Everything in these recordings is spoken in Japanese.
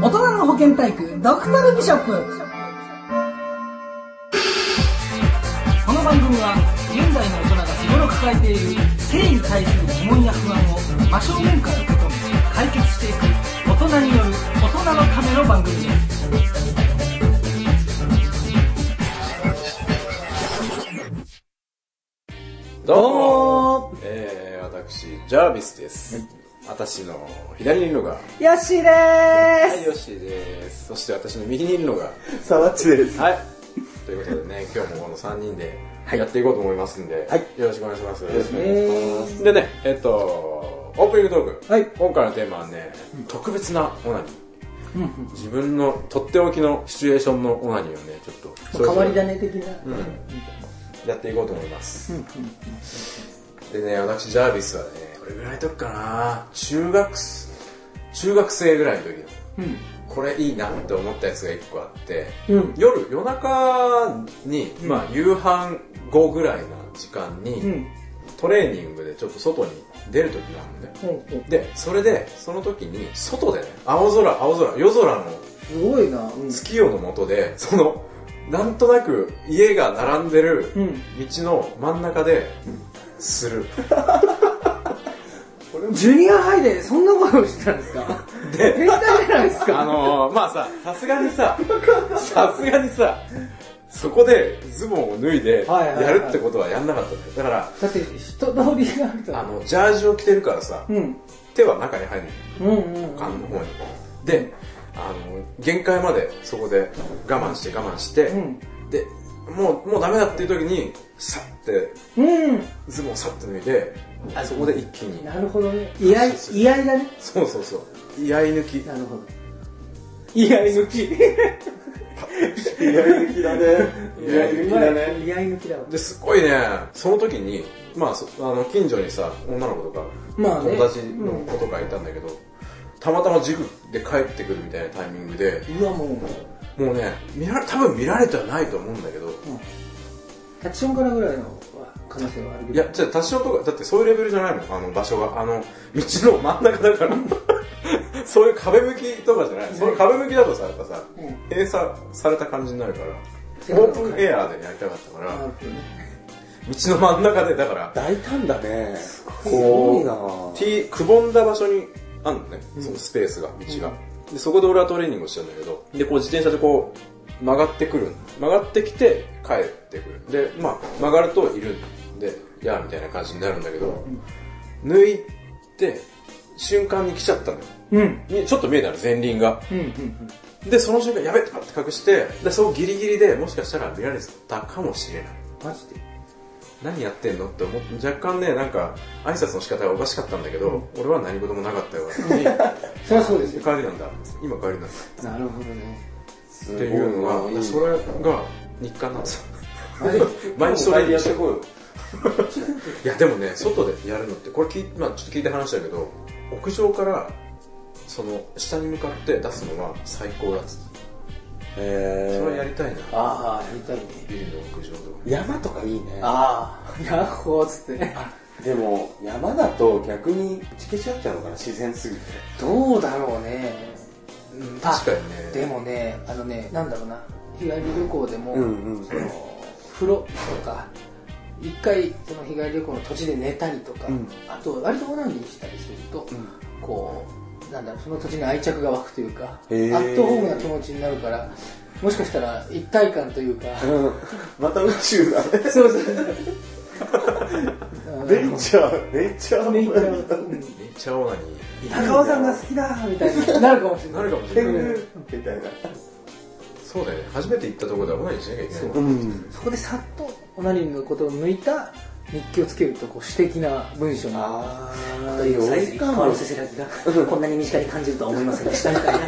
大人の保健体育ドクタルビショップこの番組は現代の大人が日頃抱えている性に対する疑問や不安を真正面から受け止め解決していく大人による大人のための番組ですどうもーえー、私、ジャービスです。私の左にいるのが、はよしでい、ヨッシーです。そして私の右にいるのが、すさわっちですはい。ということでね、今日もこの3人でやっていこうと思いますんで、はいよろしくお願いします。よ。ろしくお願いしますでね、えっと、オープニングトーク。はい今回のテーマはね、特別なオナニー。うんうん自分のとっておきのシチュエーションのオナニーをね、ちょっと、それぞ変れわり種的な、やっていこうと思います。でね、私、ジャービスはね、これぐらいの時かな中学す、中学生ぐらいの時の、これいいなって思ったやつが一個あって、うん夜、夜中に、まあ、夕飯後ぐらいの時間に、うんトレーニングでちょっと外に出る時があるのね。うんうんで、それで、その時に、外でね、青空、青空、夜空のすごいな、うん月夜の下で、その、なんとなく家が並んでるう道んの真ん中で、する。ジュニアハイでそんなことをしてたんですかで変態じゃないですか あのー、まあさ、さすがにさ、さすがにさ、そこでズボンを脱いではいはいはいやるってことはやんなかったんだよ。だから、だって人通りがあるとあの、ジャージを着てるからさ、うん手は中に入るのようんうん缶の方に。で、あの、限界までそこで我慢して我慢して、うんで、もう、もうダメだっていう時に、さってうんズボンをさっと脱いで、そこで一気に。なるほどね居合居合だねそうそうそう。居合抜き。なるほど居合抜きいやいきだね。いやいきだね。居合抜きだわで、すっごいね、その時に、まあ、そあの近所にさ、女の子とか、まあね友達の子とかいたんだけど、たまたま塾で帰ってくるみたいなタイミングで、うわもうもうね、見られ多分見られてはないと思うんだけど、タッチションからぐらいの可能性はあるけどいや、じゃあ多少とか、だってそういうレベルじゃないもん、あの場所が、あの、道の真ん中だから。 そういう壁向きとかじゃない。その壁向きだとさ、やっぱさ、うん閉鎖された感じになるから、そうオープンエアーでやりたかったから、なる道ほどねの真ん中で、だから、大胆だね。ここう、う、 T、くぼんだ場所にあるのね、そのスペースが、道が。で、そこで俺はトレーニングをしてるんだけど、で、こう自転車でこう、曲がってくる。曲がってきて、帰ってくる。で、まあ、曲がるといるんで、やーみたいな感じになるんだけど、抜いて、瞬間に来ちゃったのよ。うんにちょっと見えたの、前輪が。うんうんで、その瞬間、やべってパッて隠して、で、そこギリギリでもしかしたら見られてたかもしれない。マジで何やってんのって思って若干ねなんか挨拶の仕方がおかしかったんだけど、俺は何事もなかったよに そりゃそうですよ帰りなんだ今帰りなんだっなるほどねていうのがいいそれが日課なんですよ 毎毎日日そそれれやってこうよ。 いやでもね外でやるのってこれ聞い,、まあ、ちょっと聞いて話だけど屋上からその下に向かって出すのは最高だっつってへそれはやーりたいなああやりたいねビルの屋上とか山とかいいね。あ あヤッホーっつってねでも、山だと逆に打ち消し合っちゃうのかな、自然すぎて。どうだろうねうん確かにねでもねあのねなんだろうな日帰り旅行でも、うんうんその風呂とか一回その日帰り旅行の土地で寝たりとか、うんあと割とオナニーしたりすると、んこうなんだろうその土地に愛着が湧くというかアへーットホームな気持ちになるからもしかしたら一体感というかうん。また宇宙だ ね。そう そうそうネイチャー、ネイチャーめっちゃ めっちゃオーナに高尾さんが好きだみたいに なるかもしれなないるかもしれない、みたいな。そうだよね初めて行ったところではオーナにしなきゃいけないもんねん。そこでさっとオナニーのことを抜いた日記をつけるとこう詩的な文章のあとー、いうサイズいい感のせせらぎがこんなに身近に感じるとは思いませんでしたみたいな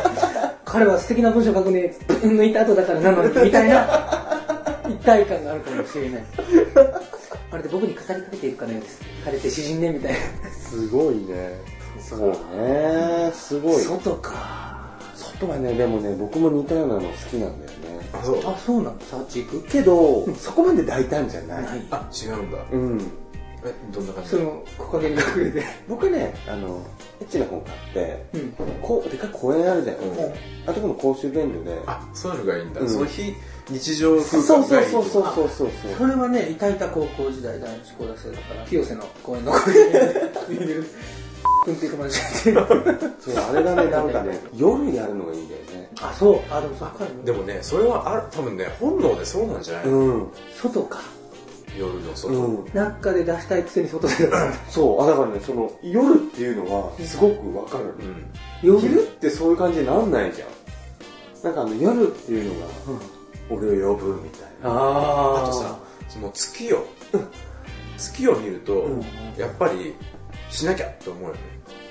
彼は素敵な文章書くね抜いた後だからなのにみたいな 一体感があるかもしれないまるで僕に語りかけているかのようです彼って詩人ねみたいすごいね。そうね。すご。ない外か外はね、でもね、僕も似たようなの好きなんだよね。あそうあそうなんだサーチ行くけど、そこまで大胆じゃない。ないあ違うんだうん。えどんな感じその木陰に隠れて僕ね、あの、エッチな本買って、うんこう、でかく公園あるじゃん。うんあとこの公衆便所で。あ、そういうのがいいんだ。うんその非日常そ風うそう景がいい。そうそうそうそう。これはね、いたいた高校時代、第一高大生だから、清瀬の公園の公 園で、くんっていう友達がいて。そう、あれが ね、なんかね、夜やるのがいいんだよね。あ、そう。あ、でもそっか。でもね、それはある、多分ね、本能でそうなんじゃない、うん。外か。夜の外。うん。中で出したいくせに外で出す。そう、あ、だからね、その、夜っていうのは、すごくわかる。うん昼ってそういう感じになんないじゃん。なんかあの、夜っていうのが、俺を呼ぶみたいな。ああとさ、その月を、月を見ると、うんやっぱり、しなきゃって思うよね。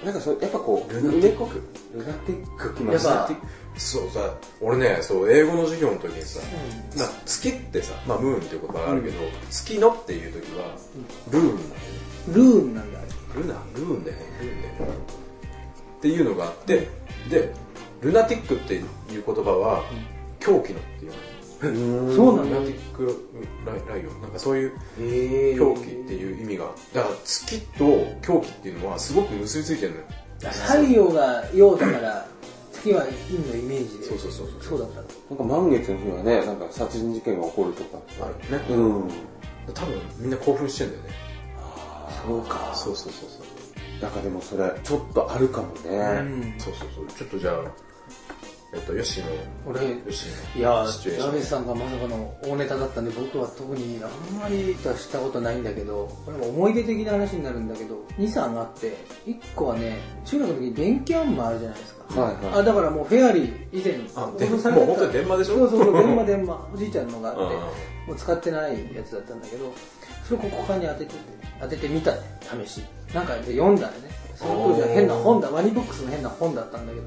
なんかそれ、やっぱこう、ルナテねィック。ルナティック来やまっしぱた。そうさ、俺ね、そう、英語の授業の時にさ、まあ、月ってさ、まあ、ムーンっていう言葉があるけど、月のっていう時は、ルーンなんだよね。ルーンなんだ。ルナルーンだよねルーンだよねっていうのがあってでルナティックっていう言葉は、狂気のっていうそそうなルんナだ。ティックライライオンなんかそういうへ狂気っていう意味がだから月と狂気っていうのはすごく結びついてるのよ太陽が陽だから、月は陰のイメージで。そうそうそうそそううだったの。なんか満月の日はね、なんか殺人事件が起こるとか。あるね、うん。多分みんな興奮してんだよねそうか。そうそうそうそうなんかでもそれ、ちょっとあるかもね。ん。そうそうそうちょっとじゃあえっとヨッシーの俺ヨッシーのいやシチュエー、ーシラョベンさんがまさかの大ネタだったんで、僕は特にあんまり出したことないんだけど、これも思い出的な話になるんだけど、2、3あって、1個はね、中学の時に電気あんまあるじゃないですか。はいはいあだからもうフェアリー以前、あ放で送されてたもう本当に電話でしょそうそうそう、電話電話、おじいちゃんのがあって、うんうんもう使ってないやつだったんだけど、それをここかに当ててて、当ててみたね、試し。なんかで読んだらね、その当時は変な本だ、ワニブックスの変な本だったんだけど、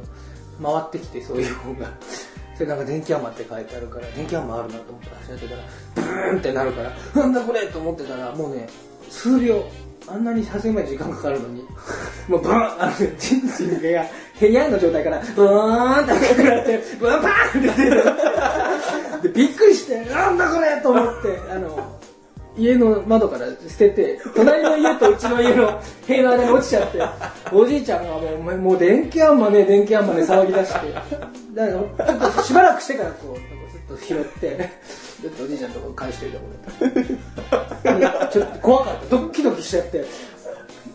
回ってきてそういう本が。それなんか電気余って書いてあるから、電気余あるなと思って走ってたら、ブーンってなるから、なんだこれと思ってたら、もうね、数秒、あんなに撮影まで時間かかるのに、もうブーンあのね、チンチンが部屋の状態から、ブーンって赤くなって、ブーンパーンって出てでびっくりしてなんだこれと思ってあの家の窓から捨てて隣の家とうちの家の塀の間に落ちちゃっておじいちゃんがもうお前もう電気あんまね電気あんまね騒ぎ出してだからちょっとしばらくしてからこうちょっと拾ってちょっとおじいちゃんのとこ返しといてもらってちょっと怖かったドッキドキしちゃって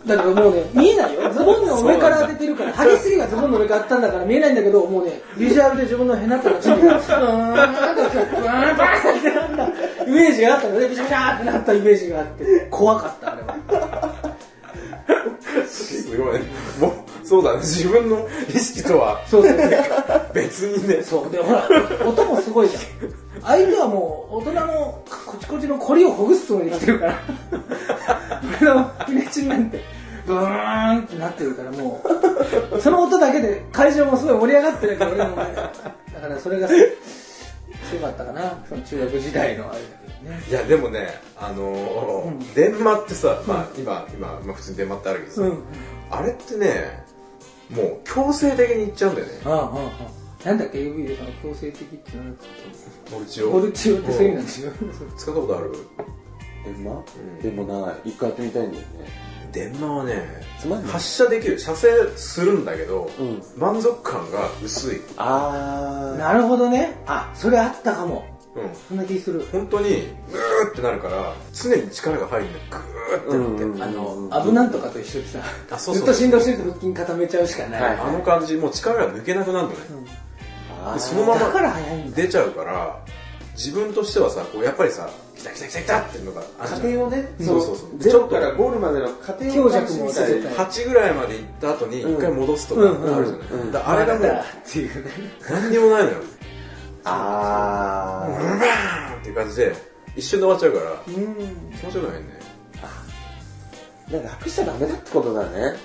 だからもうね、見えないよ。ズボンの上から当ててるから、ハリスリがズボンの上から当たったんだから見えないんだけど、もうね、ビジュアルで自分のへなっこのチンが、うーん、なんか、うーん、バーンってなったイメージがあったので、ビシャビシャーってなったイメージがあって、怖かった、あれは。す ごいねもうそうだね自分の意識とはそうそうそう。別にねそう。で、ほら、音もすごいじゃん。相手はもう、大人のコチコチのコリをほぐすつもりで来てるから。俺のフネチンなんて、ブーンってなってるから、もう、その音だけで会場もすごい盛り上がってるから、俺もね。だから、それがす強かったかな。その中学時代のあれだけどね。いやでもね、あのー電話ってさ、まあ、今今、まあ、普通に電話ってあるけどさ、うん。あれってねもう強制的にいっちゃうんだよねああ、ああ、ああ。なんだっけ、指でその強制的ってなんだっボルチけオボルチオってそういう意味なんですよ。使ったことある電話んでもない。一回やってみたいんだよね。電話はねつまんない発射できる射精するんだけど、うん満足感が薄い、あー。なるほどね。あ、それあったかも。うん、そんな気する。本当にグーってなるから常に力が入るんだよグーってなって、うんあの、危なんとかと一緒でさ、あそうずそうっと振動してると腹筋固めちゃうしかない。はいあの感じもう力が抜けなくなるのね、あでーそのままだから早いんだ。出ちゃうから自分としてはさこうやっぱりさ来た来た来た来たっていうのがあるじ過ゃん程をね、そうそうそうゼロからゴールまでの過程を楽しみたい強弱も8ぐらいまで行った後にうん1回戻すとかあるじゃない、うんうんだからあれがもだうっていうね。何にもないのよあブバーンっていう感じで一瞬で終わっちゃうからうん。気持ちよくないねー。だから楽しちゃダメだってことだね。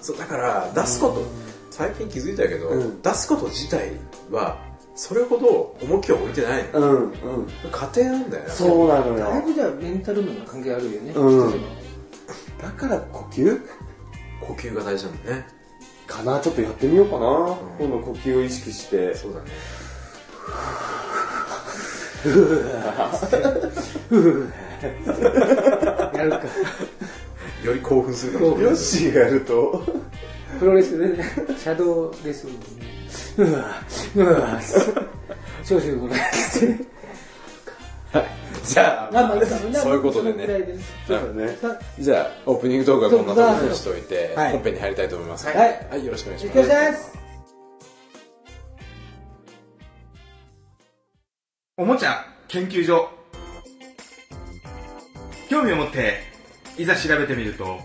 そうだから出すこと最近気づいたけど、うん出すこと自体はそれほど重きを置いてないのうん、うん。過程なんだよねそうなのだいよ。ぶじゃあメンタル面が関係あるよね。うん一つのだから呼吸呼吸が大事なんだねかなちょっとやってみようかな。この呼吸を意識して。そうだねやるか。より興奮するかもしれないシーがやると、 プロレスでね、シャドウですもんね。うわ、うわ、少々ごめんなさい。 じゃあ、まあまあいいか そういうことでそのくらね。いですじゃあね。さじゃあ、オープニングトークはこんなところにしといて、はい本編に入りたいと思います。はいはい、よろしくお願いしよまろしくおす。願いします。おもちゃ研究所興味を持っていざ調べてみると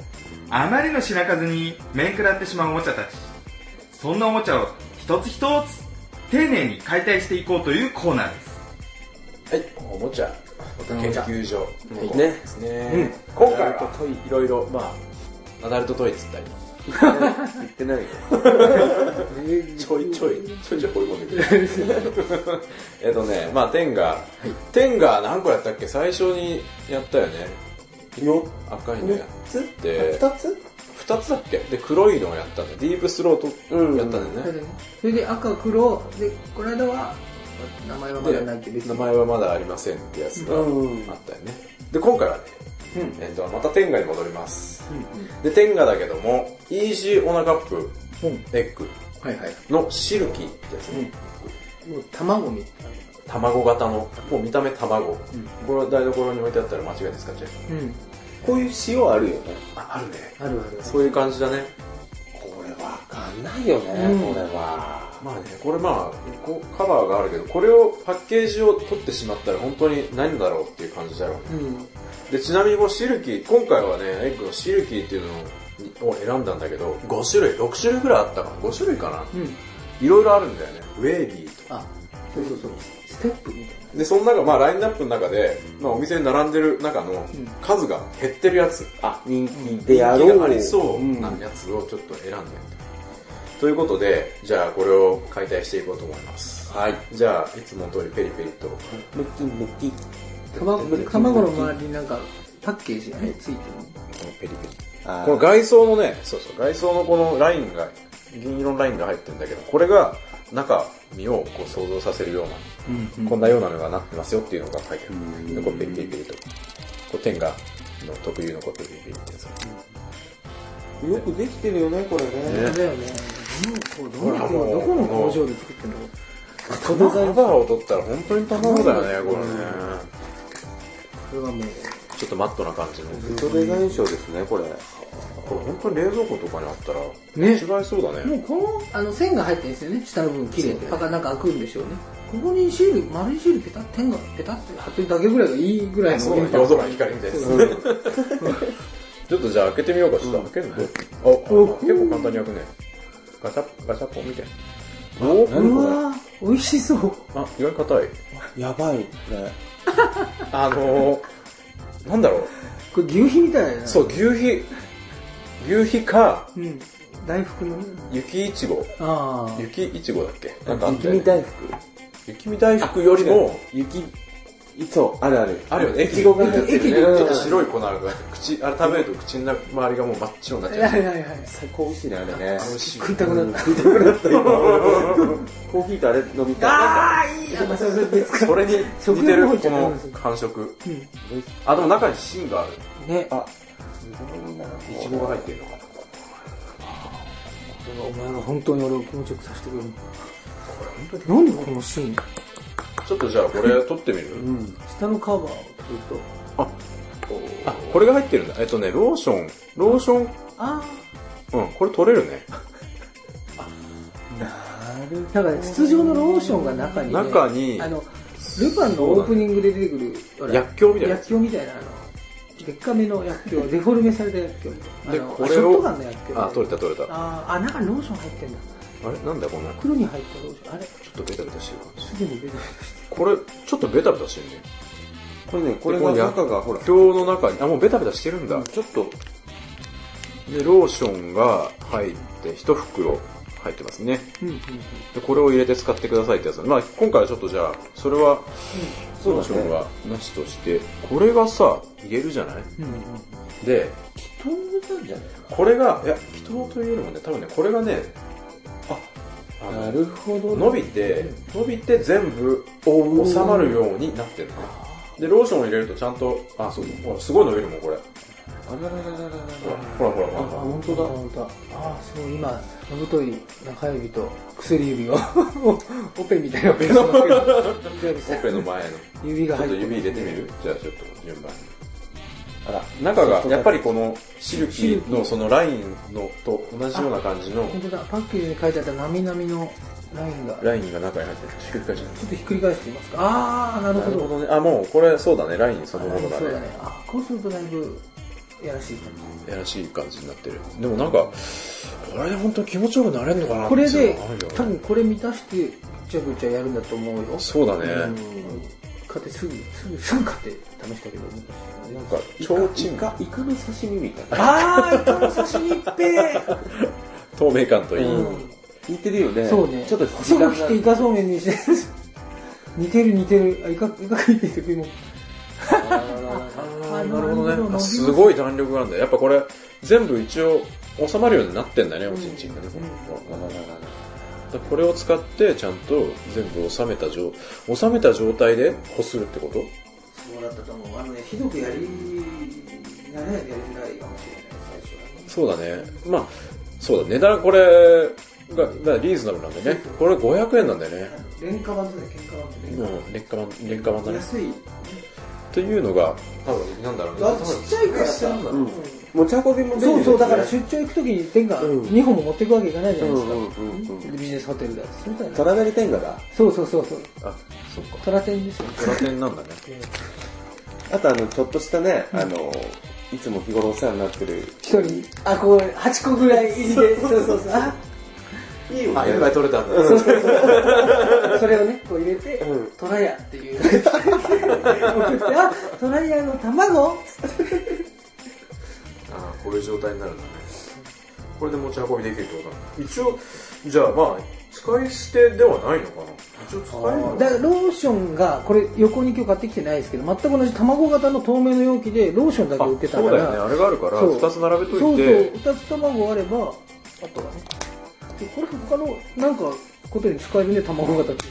あまりの品数に面食らってしまうおもちゃたちそんなおもちゃを一つ一つ丁寧に解体していこうというコーナーですはい、おもちゃ研究所のコーナーねですね。今回はトイいろいろ、まあ、アダルトトイって言ったり、言ってないよ。ちょいちょい、ちょいちょい掘り込んでくる。 えっとね、まあ、テンガ、テンガ何個やったっけ最初にやったよね。よ赤いの三やっつて、二つ二つだっけで、黒いのをやったんだよディープスロートやったんだよね。それで赤黒でこの間は名前はまだないってで、別名に前はまだありませんってやつがあうんったよね。で、今回はね、うんえっと、またテンガに戻ります。で、テンガだけども、イージーオナカップエッグはいはいのシルキーってやつね。もう卵みたい卵型の、もう見た目卵。これは台所に置いてあったら間違いですか、チェフ。なうんこういう塩あるよね。あ、あるね。あるあるそういう感じだね。これわかんないよね、うんこれは。まあね、これまあ、こうカバーがあるけど、これをパッケージを取ってしまったら本当に何だろうっていう感じだろうね。うんで、ちなみにこのシルキー、今回はね、エッグのシルキーっていうのを選んだんだけど、5種類、6種類ぐらいあったかな。5種類かな。うんいろいろあるんだよね。ウェービーとか。あそうそうそうステップみたいで、その中、まあラインナップの中で、まあお店に並んでる中のん数が減ってるやつ。あ、人気人で気やろう。がありそううんなやつをちょっと選んでみた、ということでじゃあこれを解体していこうと思いますはいじゃあいつもの通りペリペリとむきむき。な卵卵の周りになんかパッケージがねついてるペリペリあーこの外装のねそうそう外装のこのラインが銀色のラインが入ってるんだけどこれが中身をこう想像させるような、こんなようなのがなってますよっていうのが書いてあるでこうペリペリペリとこう点がの特有のこうペリペリペリってやつよくできてるよね、これね。だよねどこほらどもうこの工場で作ってんのカバーを取ったら本当に卵だよねこれね、これはもうちょっとマットな感じの。ネットデザイン賞ですね、これ。これ本当に冷蔵庫とかにあったら、ね違いそうだもね。うこのあの線が入ってるんですよね下の部分綺麗でパカなんか開くんでしょうねここにシール丸いシールペタッ点がペタッて貼ってるだけぐらいがいいぐらいのそうだねインパクト夜空光みたいなやつそうそうちょっとじゃあ開けてみようか、ちょっと開けるね。あ、あ結構簡単に開くね。ガチャ、ガチャポンみたいな。お何うこわー美味しそうあ、意外に硬い。れ。やばい、これ。あのー、なんだろう。これ牛皮みたいなそう、牛皮、牛皮か、うん大福のね雪いちご。ああ雪いちごだっけなんかあった雪よ見ね。大福。雪見大福よりも、雪、そう、あるある。あるよね。いちごが入ってる駅ねにちょっと白い粉が、口、あれ食べると口の中周りがもう真っ白になっはちいゃう。はいはい最高美味しいね、あれねあ。美味しい。食いたくなったコーヒーとあれ飲みたい。ああいいあそれ別かそれに食似て用るの方じこゃないのんですよ感触うんあでも中に芯がある ねあ、いちごが入ってるのかなこお前が本当に俺を気持ちよくさせてくれるのれ本当になんでこのシーンちょっとじゃあこれ取ってみるうん。下のカバーを取るとあこれが入ってるんだえっとねローションローションあうんこれ取れるねなるあなんかね筒状のローションが中にね中にあのルパンのオープニングで出てくるほら薬莢みたいなや薬莢みたいなあのでっかめの薬莢デフォルメされた薬莢であのこシれョをットガンの薬莢あ取れた取れたああーあ中にローション入ってんだれなんだこんなち黒に入ったローションあれょっとベタベタしてる感じすでに出てるこれちょっとベタベタしてるねこれね、これこがれや中がほら、表の中にあもうベタベタしてるんだちょっと、でローションが入って一袋入ってますねうんうんでこれを入れて使ってくださいってやつだねまあ今回はちょっとじゃあそれはそうローだションね。はなしとしてこれがさ入れるじゃないうんうんで糖なんじゃないこれがいや祈祷というよりもね多分ねこれがねああのなるほど、伸びて伸びて全部収まるようになってるのねでローションを入れるとちゃんとあそうそうほらすごい伸びるもんこれあらららららほらほらほらあ、ほ本当だ、本当だ。ああ、すごい、今、のぶとい中指と薬指を、オペみたいなオペしてますけど、中指らさほっぺの前の指がち入ょっっとてます指入れてみるじゃあちょっと順番に。あら、中が、やっぱりこのシルキーのそのラインのと同じような感じの本当だ、パッケージに書いてあったなみなみのラインが、ちょラインが中に入ってる。ひっくり返しっとひっくり返してみますか。ああ、なるなほるど。ほどね。あ、もうこれそうだね。ラインそのものだそうだね。ね。あ、こうするとだいぶ、やらしいかな。やらしい感じになってる。でもなんか、これで本当に気持ちよくなれるのかなこれでっていうのがあるよね多分これ満たしてぐちゃぐちゃやるんだと思うよそうだね。うん買ってすぐすぐすぐ買って試したけどなんか、ちょうちん、イカの刺身みたいな。あーイカの刺身っぺ透明感といい。似てるよね。そうねちょっと細く切ってイカそうめんにして似てる似てるあイカイカ食いてる時もああーなるほどね。あすいごい弾力があるんだよ。やっぱこれ、全部一応収まるようになってんだね、おちんちんがね。あらららだらからこれを使って、ちゃんと全部収めた状、収めた状態でこするってことそうだったと思うあのねひどくやりなれやりづらいかもしれない最初はねそうだね。まあ、そうだ、値段これが、だからリーズナブルなんだよね。これ500円なんだよね。廉価版とね喧嘩版とねうん、劣化版、劣化版だね。安いというのが、多分、なんだろうあちっちゃいからさ、んだ持ち運びも便利そうそうだからシュ出張行く時に天下うん2本も持っていくわけいかないじゃッなういですか、んうんうんうん。ビジネスホテルだとそれだよねトラベル天下だ。そうそうそうそうあ、そっか。トラテンですよプラテンなんだね。あとあの、ちょっとしたね、あの、いつも日頃お世話になってる。一人あこう8個ぐらい入りでそうそうそうあいいよあ、いっぱい取れたんだ。そうそうそうそれをねこう入れて、うんトラヤっていう 送ってあトラヤの卵あーこういう状態になるんだねこれで持ち運びできるってことなんだ一応じゃあまあ使い捨てではないのかな一応使えるのだからローションがこれ横に今日買ってきてないですけど全く同じ卵型の透明の容器でローションだけ売ってあたそかうだよねらあれがあるからそう2つ並そべとういそうて2つ卵あればあとはねでこれ他のなんかことに使えるね卵型って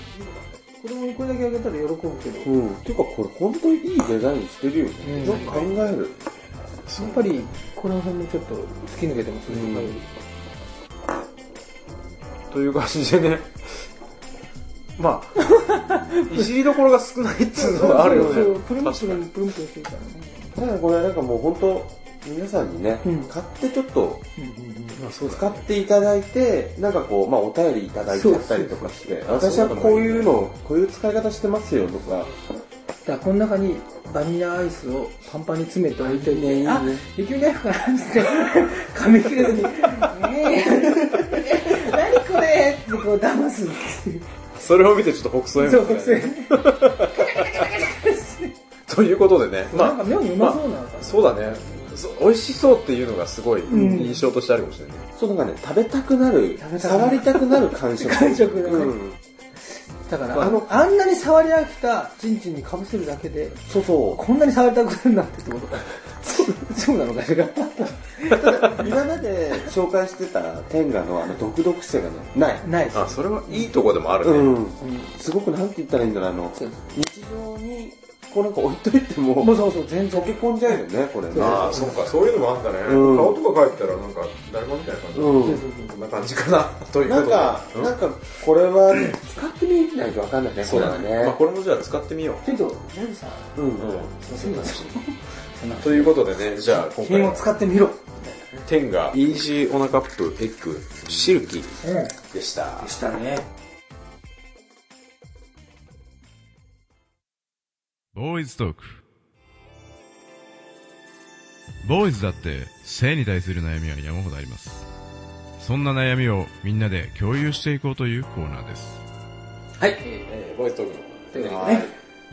子供にこれだけあげたら喜ぶけど、やうん。ていうか、これ本当にいいデザインしてるようんね。よく考える。っぱりこの辺もちょっと突き抜けてますね、うんやっぱりという感じでねまあ いじりどころが少ないっていうのがあるよそうそうねプルンプ確かルンにプルンプルンしてるからねただこれなんかもう本当、皆さんにねうん、買ってちょっとまあそうだ使っていただいて、なんかこう、まあお便りいただいちゃったりとかして、私はこういうの、こういう使い方してますよとだか、からこの中にバニラアイスをパンパンに詰めて置いていて、ねいいねあできるんじゃないかなっつって噛み切れずに「ねえ何これ!」ってこう騙すっていうそれを見てちょっと北そ総う園そうそう ということでねまなんあか妙にうまそうなそうだねそう美味しそうっていうのがすごいん印象としてあるかもしれないねそうなんかね、食べたくなる食べたくなる、触りたくなる感触。感触だねうん。だからあのあんなに触り飽きたチンチンにかぶせるだけでそうそう。こんなに触りたくなるなんてってことかそうなのかしら今まで紹介してた天下のあの独々性がねない、ないですあそれはいいとこでもあるうねん、すごくなんて言ったらいいんだろうあのそう日常にこうなんか置いといてももうそうそう全然溶け込んじゃうよねこれねああそうかそういうのもあんだね、うん顔とか描いたらなんか誰もみたいな感じ、うそうんそうそうこんな感じかなというこなとんでか、うんなんかこれは使ってみないとわかんないねそうだこねれはまあ、これもじゃあ使ってみよちょっとジャブさんう、んう、うすいませんん、ということでねじゃあ今君回もは使ってみろ天がイージーおなかップエッグシルキーうんでしたしたねボーイズトーク。ボーイズだって性に対する悩みは山ほどあります。そんな悩みをみんなで共有していこうというコーナーです。はいえーボイストークのということはでいね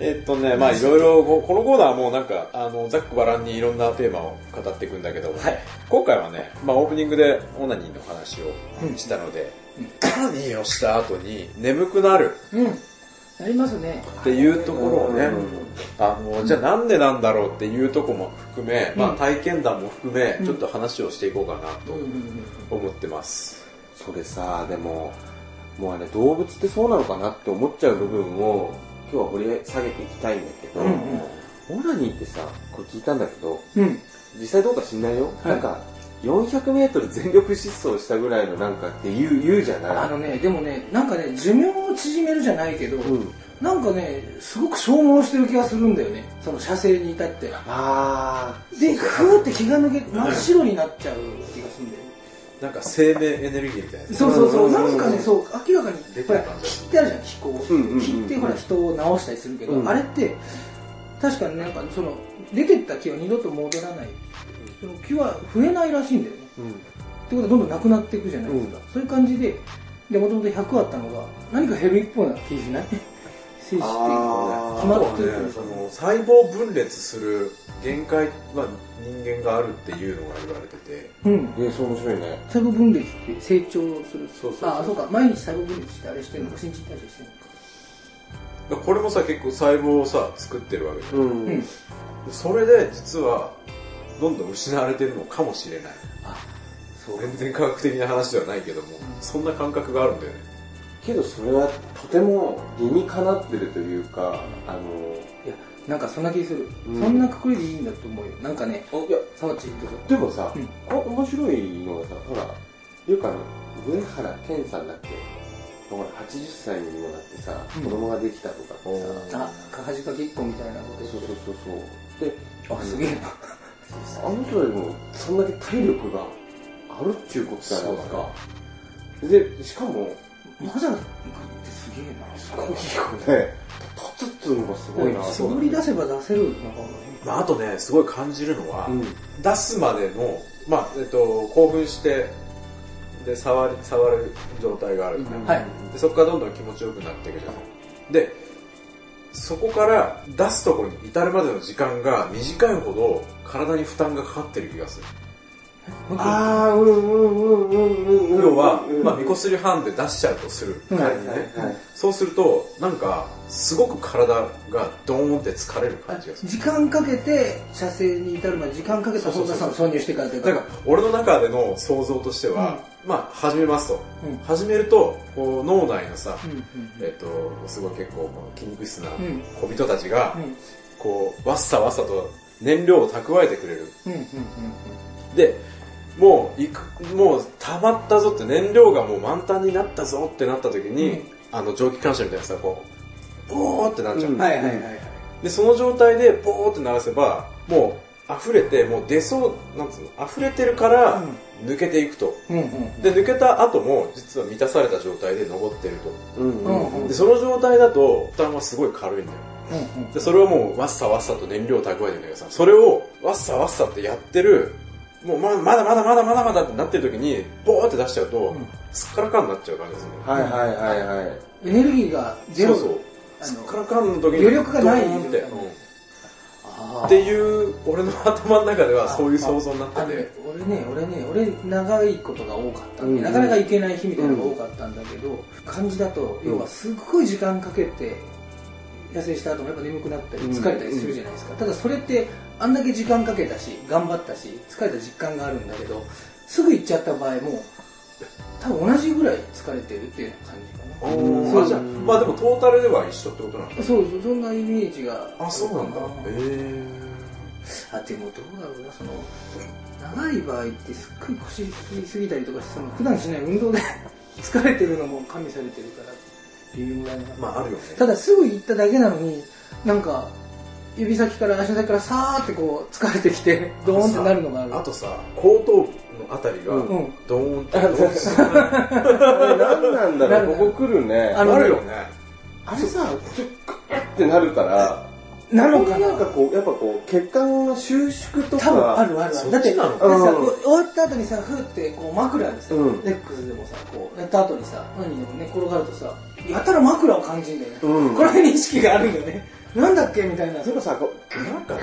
えーっとね、まあいろいろ、ここのコーナーはもうなんか、あの、ざっくばらんにいろんなテーマを語っていくんだけど、今回はね、まあオープニングでオナニーの話をしたので、オナニーをした後に眠くなるうんなりますねっていうところをね、うんあのじゃあなんでなんだろうっていうとこも含め、まあ、体験談も含め、ちょっと話をしていこうかなと思ってます、それさでももうあれ動物ってそうなのかなって思っちゃう部分を今日は掘り下げていきたいんだけど、オナニーってさ、これ聞いたんだけど、うん。実際どうか知んないよ。いなんか、400メートル全力疾走したぐらいのなんかって言う、言うじゃあないのね、でもね、なんかね、寿命を縮めるじゃないけど、うん。なんかね、すごく消耗してる気がするんだよね。その射精に至って。あで、ふーって気が抜け、真っ白になっちゃう気がするんだよね。なんか生命エネルギーみたいなやつそうそうそう、うんなんかね、そう、明らかに、でほかいら感、じ切ってあるじゃん、気候うんうんうん。切って、ほら、人を治したりするけうど、んあれって、確かになんか、その、出てった気は二度と戻らない。その気は増えないらしいんだよね。ー。うん。ってことはどんどんなくなっていくじゃないですか、そういう感じででもともと100あったのが何か減る一方な気し ない精子っていうのあは溜あーとまはっていくんねですそよねの細胞分裂する限界は人間があるっていうのが言われててうんえ、そう面白いね。細胞分裂って成長するそうそうそうああそうか毎日細胞分裂してあれしてるのか新陳代謝してるのかこれもさ結構細胞をさ作ってるわけじゃんうんうんでそれで実はどんどん失われてるのかもしれない全然科学的な話ではないけどもそんな感覚があるんだよねけどそれはとても理にかなってるというか、あの、いやなんかそんな気する、うんそんなくくりでいいんだと思うよなんかねいや、サワチとかでもさ、うんあ面白いのがさ、ほら、よくあの、上原健さんだっけほら、80歳にもなってさ、うん子供ができたとかってさ、あかはじかけっこみたいなことそうそうそうそう。で、あすげえなあの人よりも、そんだけ体力があるっていうことじゃないですか。で、しかも、まだ行くってすげえなすこういう子ね、立つっていうのがすごいな。絞り出せば出せるのかもねまあ、あとねすごい感じるのは、うん。出すまでの、まあえっと、興奮してで触る触る状態があるじゃんはいでそこからどんどん気持ちよくなっていくじゃんでそこから出すとこに至るまでの時間が短いほど体に負担がかかってる気がするああ、うんうんうんうんうんうん。要は、うんまあ、みこすりハンデ出しちゃうとするうん仮はいにはいねはい。そうするとなんかすごく体がドーンって疲れる感じがする時間かけて射精に至るまで時間かけた本田さんを挿入してからというなんか俺の中での想像としては、まあ始めますと、うん始めるとこう脳内のさ、うんうんえっとすごい結構こう筋肉質なうん小人たちが、うんこうわっさわっさと燃料を蓄えてくれるうんうんうんでもういくもう溜まったぞって燃料がもう満タンになったぞってなった時に、うんあの蒸気機関車みたいなさこうボーってなっちゃう、うんうんはいはいはいはいでその状態でボーって鳴らせばもう溢れてもう出そうなんつうの溢れてるから抜けていくと、うんうんで抜けた後も実は満たされた状態で登ってるとうんうんうん。でその状態だと負担はすごい軽いんだようんでそれをもうわっさわっさと燃料を蓄えてるんだけどさそれをわっさわっさってやってるもうままだまだまだまだまだってなってる時にボーって出しちゃうと、すっからかんになっちゃう感じですねはいはいはいはい。うんエネルギーがゼロそうそうあすっのからかんの時に余力がないドーンって、状態うんあーっていう俺の頭の中ではそういう想像になあっのてねて俺ね俺ね俺長いことが多かったんで、うんうんなかなか行けない日みたいなのが多かったんだけど、感じだと要はすっごい時間かけて痩せした後もやっぱ眠くなったりうん疲れたりするじゃないですか、ただそれってあんだけ時間かけたし頑張ったし疲れた実感があるんだけどすぐ行っちゃった場合も多分同じぐらい疲れてるっていう感じかなうんそうあじゃあまあでもトータルでは一緒ってことなんだそうそうそんなイメージがあそうなんだへえあでもどうだろうなその長い場合ってすっごい腰振りすぎたりとかしてその普段しない運動で 疲れてるのも加味されてるから微妙だな、まああるよねただすぐ行っただけなのになんか指先から足先からさーってこう疲れてきてドーンってなるのがあるあとさ後頭部のあたりがうんドーンってドーンってする何なんだなるろう、ねここ来るね。あのなるよねあれさ、ちょっとクッってなるから、なのかななんかこう、やっぱこう、血管の収縮とか、多分あるあるあそるっだってちなだっのてさうん終わった後にさふーってこう枕でさ、うんレックスでもさこうやった後にさ何でも寝転がるとさやたら枕を感じるんだよね、うんこの辺に意識があるんだよねなんだっけみたいなそれもさ、こう、なんかっ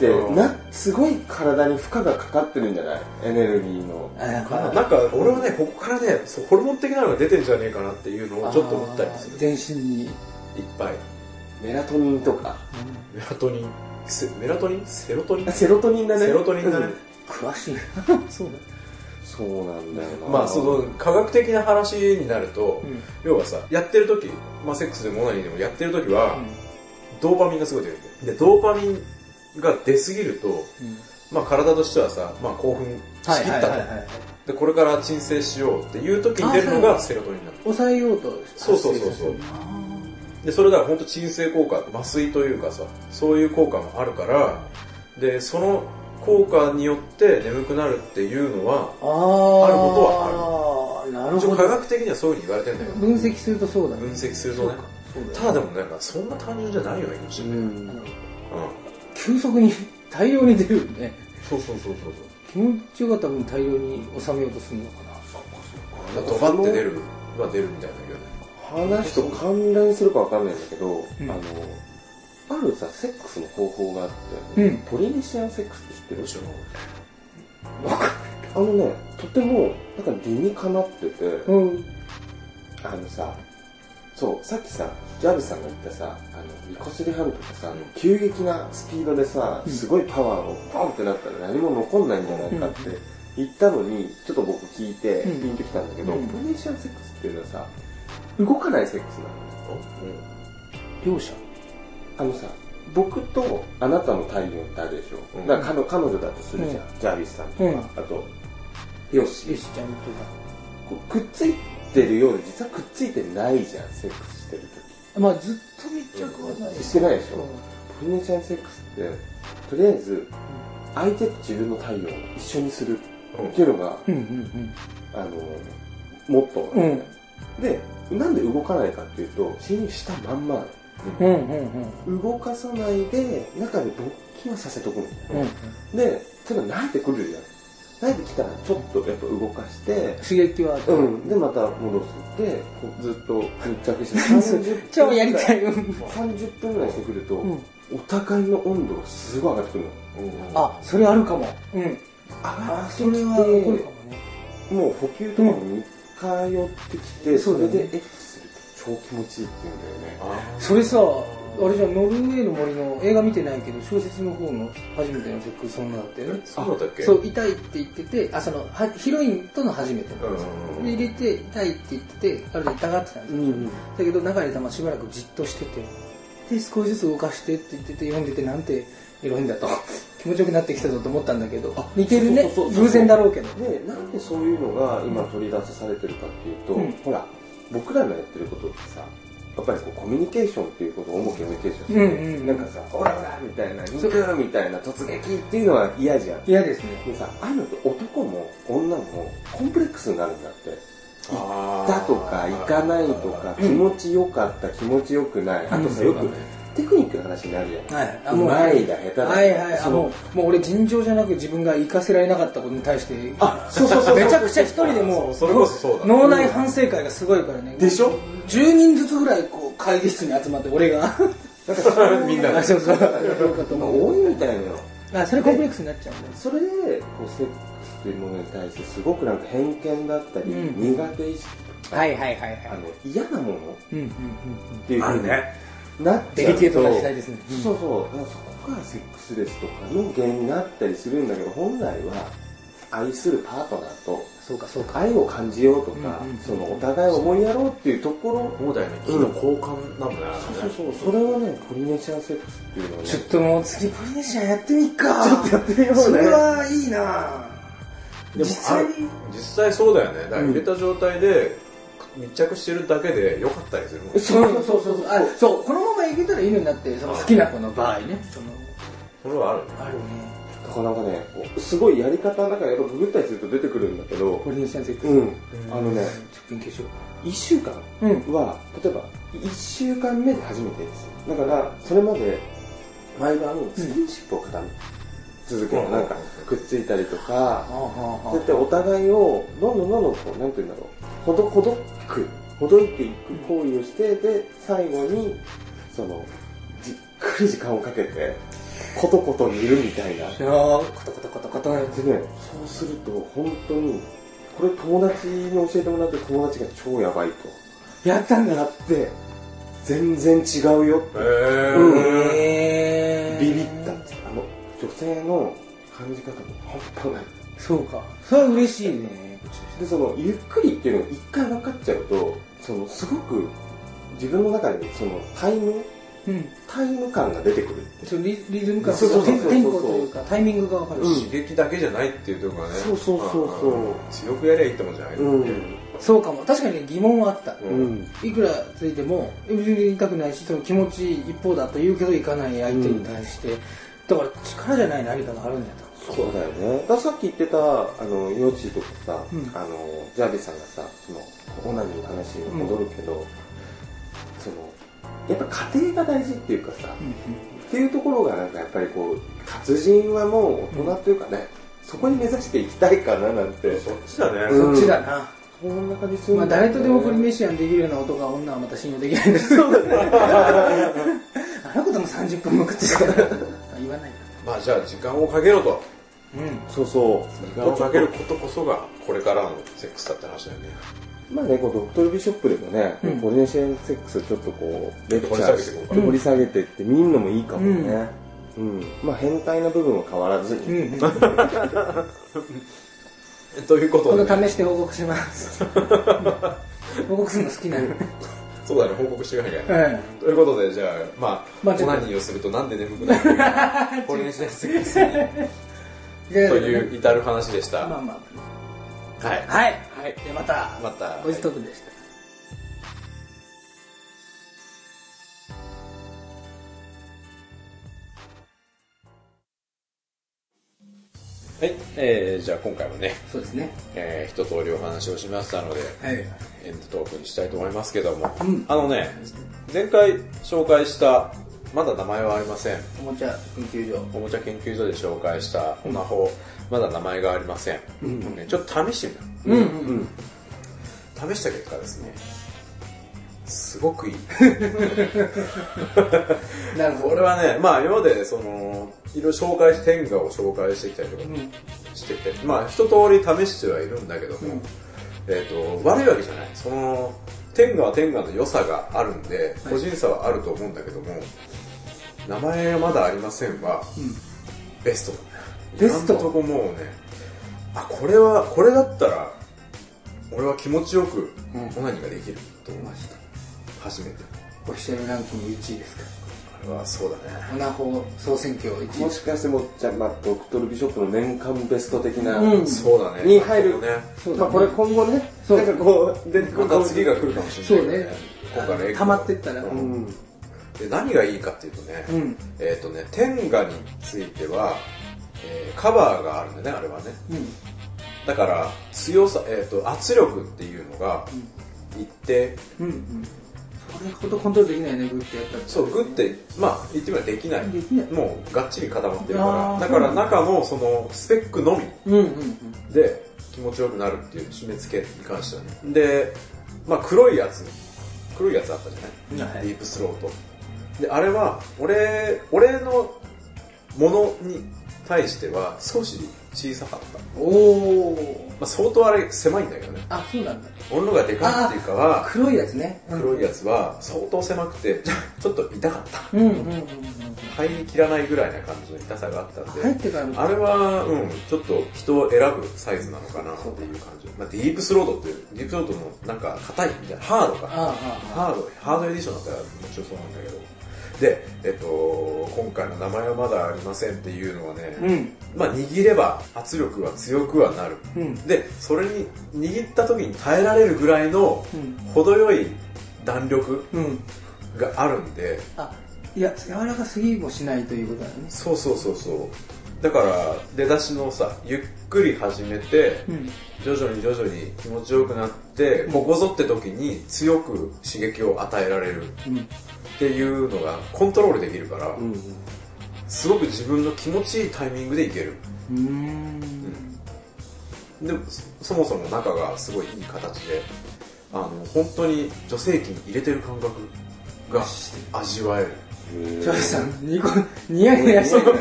て、うんな、すごい体に負荷がかかってるんじゃないエネルギーの。あなんか俺はねここからねそうホルモン的なのが出てんじゃねえかなっていうのをちょっと思ったりするいっ全身にぱいメラトニンとか。メラトニンせメラトニンセロトニンセロトニンだね。セロトニンだね詳しい そうだうん。そうなんだよな。まあその科学的な話になると、うん要はさやってる時、まあ、セックスでもオナニーでもやってる時は、うんドーパミンがすごい出るでドーパミンが出すぎると、まあ体としてはさ、まあ興奮しきったと。で、これから鎮静しようっていう時に出るのあがセロトニンなんだ。抑えようとそうそうそうそう。で、それだから本当鎮静効果、麻酔というかさ、そういう効果もあるから、で、その効果によって眠くなるっていうのは、あああることはあるなる一応ほ科ど学的にはそういうふうに言われてんだよ。分析するとそうだね分析するとそね。うだよただでもなんか、そんな単純じゃないような気もしてる。ん。うん。急速に大量に出るよねそうそうそうそう。気持ちよかった分大量に収めようとするのかなだからドバって出るは出るみたいだけどね。話と関連するかわかんないんだけど、うんあの、あるさ、セックスの方法があって、うんポリネシアンセックスって知ってるもちろん。あのね、とても、なんか理にかなってて、うんあのさ、そう、さっきさ、ジャブさんが言ったさ、あの、ミコスリハムとかさ、急激なスピードでさ、すごいパワーをポンってなったら何も残んないんじゃないかって言ったのに、ちょっと僕聞いて、うんピンときたんだけど、うんポリネシアンセックスっていうのはさ、動かないセックスなのね。両者あのさ、僕とあなたの太陽ってあるでしょ。うんだから彼彼女だとするじゃん。ジャービスさんとか、うんあと、よしよ。しちゃんとこうくっついてるようで、実はくっついてないじゃん、セックスしてる時。かまあずっと密着はないしてないでしょ、ポリネシアンセックスってとりあえず相手と自分の体温を一緒にするっていうのが、うんうんあのモットーなんだよ、でなんで動かないかっていうと侵入したまんまうんうんうんうん動かさないで中で勃起はさせとくの、うんでそれが慣れてくるじゃん慣れてきたらちょっとやっぱ動かして刺激はあったうん、でまた戻すでこうずっと密着して30分 超やりたいよ30分ぐらいしてくると、うんお互いの温度がすごい上がってくるのあそれあるかもうんあそれは残るかもねもう補給とかも似通ってきて、そそうだれよねでエッチすると超気持ちいいって言うんだよねそれさあれじゃんノルウェーの森の映画見てないけど小説の方の初めてのセックスそんなだったよねそうだったっけそう痛いって言っててあそのはヒロインとの初めてうのんうんうんで入れて痛いって言ってて彼女痛がってたんですよ、うんだけど中にいたまましばらくじっとしててで少しずつ動かしてって言ってて読んでてなんてエロいんだと 気持ちよくなってきたぞと思ったんだけど似てるねそうそうそうそう偶然だろうけどでなんでそういうのが今取り出されてるかっていうと、うんほら僕らのやってることってさやっぱりこうコミュニケーションっていうことを重きを置いてるじゃん、うんうんうんなんかさ「オラオラ!」みたいな「肉!」みたいな突撃っていうのは嫌じゃん嫌ですねでさああいうのって男も女もコンプレックスになるんだって行ったとか行かないとか気持ちよかった気持ちよくないあとさよくテクニックの話になるじゃんはいあうまいだ下手だはいはいあそものうもう俺尋常じゃなく自分が行かせられなかったことに対してあそうそうそうめちゃくちゃ一人でもうそうそれこそそうだ脳内反省会がすごいからねでしょ10人ずつぐらいこう会議室に集まって俺がみん なあで。そうそうやろうかとまあ思う多いみたいなのよあそれコンプレックスになっちゃうんだそれでこうセックスっていうものに対してすごくなんか偏見だったり、うん苦手意識はいはいはいはあの嫌なものうんうんうんっていうふうになっデちゃリうとケートな時代ですねそうそう、だからそこがセックスレスとかの原因になったりするんだけど、本来は愛するパートナーとそうかそうか愛を感じようとか、うんうんそのお互いを思いやろうっていうところ、そうだよね。銀の交換なんだよね。そうそうそう、それはね、ポリネシアンセックスっていうのはね、ちょっともう次ポリネシアンやってみっかちょっとやってみようねそれはいいなで実も際にあれ実際そうだよね。だから入れた状態で密着してるだけで良かったりするもん。そそうそうそうそうあそうこのままいけたらいいのになってその好きな子の場合ねそのれはあるね。あるねだからなんかね、こうすごいやり方の中でググったりすると出てくるんだけどポ、リネシアンセックスうん、あのね、ちょっと勉強しよ1週間ううんは、例えば、1週間目で初めてですよ。だから、それまで、毎晩、スキンシップを固め続ける、うんなんか、くっついたりとか、ああああそうやってお互いをどんどんどんどんこうなんて言うんだろうほどほどくほどいていく行為をしてで最後にそのじっくり時間をかけてコトコト煮るみたいなでいやーコトコトコトコトねそうすると本当にこれ友達に教えてもらって友達が超やばいとやったんだやって全然違うよへうんー。へービビったんですよあの女性の感じ方も半端ないそうかそれは嬉しいねでそのゆっくりっていうのが一回分かっちゃうとそのすごく自分の中でそのタイムうんタイム感が出てくるってそうリリズム感そうそうそうそうテンポというかタイミングが分かるし、刺激だけじゃないっていうところがねそうそうそうそまうあまあ強くやりゃいいってもんじゃないってうんいうそうかも確かに疑問はあった、うんいくらついても全然痛くないしその気持ち一方だと言うけど行かない相手に対して、だから力じゃない何かがあるんだとそうだよねだからさっき言ってたあの幼稚とかさ、うんあのジャービスさんがさそのオナニーの話に戻るけど、そのやっぱ家庭が大事っていうかさ、っていうところがなんかやっぱりこう活人はもう大人というかね、そこに目指していきたいかななんて、そっちだね、うんこっちだな、そんな感じするんまあだよ誰とでもポリねネシアンできるような男は女はまた信用でき ないんですそうだねあのことも30分も食ってたからあ言わないなまあじゃあ時間をかけろとうんそうそ時う間をかけることこそがこれからのセックスだって話だよねまあね、こうドクトルビショップでもね、うんポリネシアンセックスをちょっとこう、レクチャ掘り下ーげていこうかして掘り下げてって見るのもいいかもね。うん。まあ変態な部分は変わらずうん、うに。ん、ということで、今ね、度試して報告します 報告するの好きなんで、そうだね報告してくれなきゃねえということでじゃあまあまあオちょっとナニーをするとなんで眠くなるのかポリネシアンセックスにえでという至る話でした、まあまあはいはい、はい、でまたまたボイストークでした、はい、えー、じゃあ今回もね、そうですねえー、一通りお話をしましたので、はいエンドトークにしたいと思いますけども、うんあのね、前回紹介した、まだ名前はありません。おもちゃ研究所おもちゃ研究所で紹介したオナホ、まだ名前がありません。ねちょっと試してみうん、た。試した結果ですね、すごくいい。なるほこれどはね、まあ今までその、いろいろ紹介して、天下を紹介してきたりとかしてて、まあ一通り試してはいるんだけども、えっと、悪いわけじゃない。その、天下は天下の良さがあるんで、個人差はあると思うんだけども、名前がまだありませんは、ベストだね。ベスト今んとこもうね、あ、これは、これだったら、俺は気持ちよく、オナニーができると思いました。初めて。オフィシャルランキング1位ですかあれはそうだね。オナホ総選挙1位もしかしてもう、じゃあ、まあ、ドクトルビショップの年間ベスト的な。うんそうだね。に入るそうだね。そうだまあ、ねこれ今後ね、そうなんかこう、出てくまるかたもし次れがない。来るかもしそれうないけどねね。今回のエッグ溜まってったらううんん、うん。で、何がいいかっていうとね、えっ、とね、天下については、えーカバーがあるんだよね、あれはね。だから、強さ、えっ、と、圧力っていうのが、一定、うんうんそれほどコントロールできないねグッてやったらそう、グッて、まあ、言ってみればできない。できないもう、がっちり固まってるあかーら。だから、中の、その、スペックのみ。うんうんうんで気持ちよくなるっていう締め付けに関してはねで、まあ、黒いやつ黒いやつあったじゃない、はいディープスロートであれは俺俺のものに対しては少し小さかった、まおおあ、相当あれ狭いんだけどねあそうなんだ俺のがでかいっていうかは黒いやつねうん黒いやつは相当狭くてちょちょっと痛かったうんうんうんうん入りきらないぐらいな感じの痛さがあったんで入ってからもあれは、うん、ちょっと人を選ぶサイズなのかなっていう感じ。まあ、ディープスロードって、ディープスロードもなんか硬いみたいな、ハーあドあか。ああハード、ハードエディションだったらもちろんそうなんだけど。で、えっと、今回の名前はまだありませんっていうのはね、うんまあ握れば圧力は強くはなる。うんで、それに握った時に耐えられるぐらいのうん程よい弾力うんがあるんで、あいや柔らかすぎもしないということだよねそうそうそうそう。だから、出だしのさ、ゆっくり始めて、うん徐々に徐々に気持ちよくなって、ここぞって時に強く刺激を与えられるっうんていうのがコントロールできるから、うん。すごく自分の気持ちいいタイミングでいける。うーんでも、そそもそも中がすごいいい形で、あの、本当に女性器に入れてる感覚が味わえる。ジョイさん、ニコ、ニヤニヤしてる。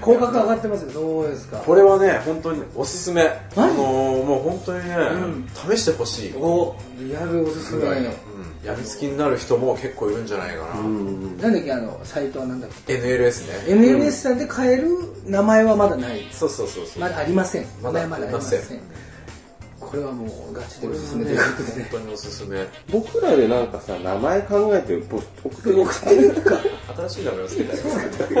口角上がってますよ。どうですかこれはね、本当におすすめ。あマのジーもう本当にね、うん試してほしい。お、リアルおすすめ。うんやみつきになる人も結構いるんじゃないかな。うん。なんだっけ、あの、サイトはなんだっ NLS け。ね。 NLS さんで買える名前はまだない。そうそうそうそう。まだありません。ま名前だまだありまあせりんま。ここれはもうガチでおすすめです本当におすすめ。僕らでなんかさ、名前考えて送ってる。送ってるか新しい名前を付けたい。そのうちコ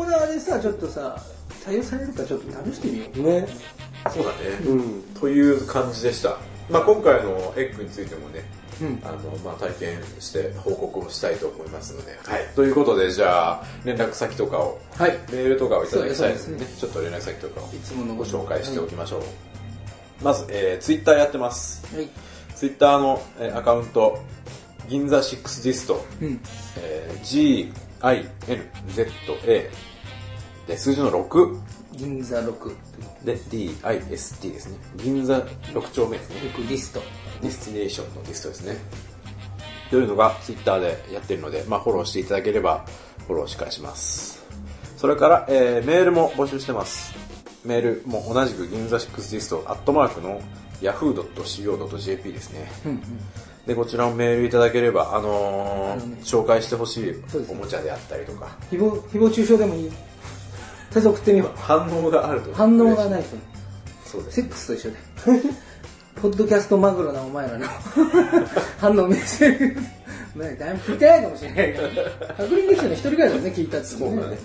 ーナーでさちょっとさ採用されるかちょっと試してみようね。そうだね。うん。という感じでした。まあ今回のエッグについてもね、うんあのまあ、体験して報告をしたいと思いますので、はい、ということでじゃあ連絡先とかをはいメールとかをいただきたいのでそうねですちょっと連絡先とかをいつものご紹介しておきましょう、まず、えー、ツイッターやってますはいツイッターの、えーアカウント銀座シックスディスト、うんえー GINZA で数字の6銀座6で DIST ですね銀座6丁目ですねよくリストディスティネーションのリストですね。というのがツイッターでやってるので、まあ、フォローしていただければフォローし返します。それから、えーメールも募集してます。メールも同じく銀座シックスリストアットマークの yahoo.co.jp ですね。で、こちらもメールいただければ、あのーあのね紹介してほしいそうですおねもちゃであったりとか、誹謗誹謗中傷でもいい手送ってみよう反応があると。反応がないとそうですセックスと一緒でポッドキャストマグロなお前らの反応見せるね誰も聞いてないかもしれないけど確認できたの一人ぐらいだもんね聞いたっつってそうだね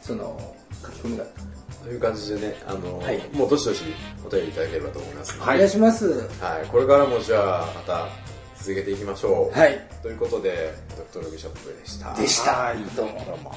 その書き込みが、という感じでね、あのーはいもうどしどしお便りいただければと思いますので。お願いしますはい、これからもじゃあまた続けていきましょう。はいということで、ドクトロギショップでした。でしたどうもどうも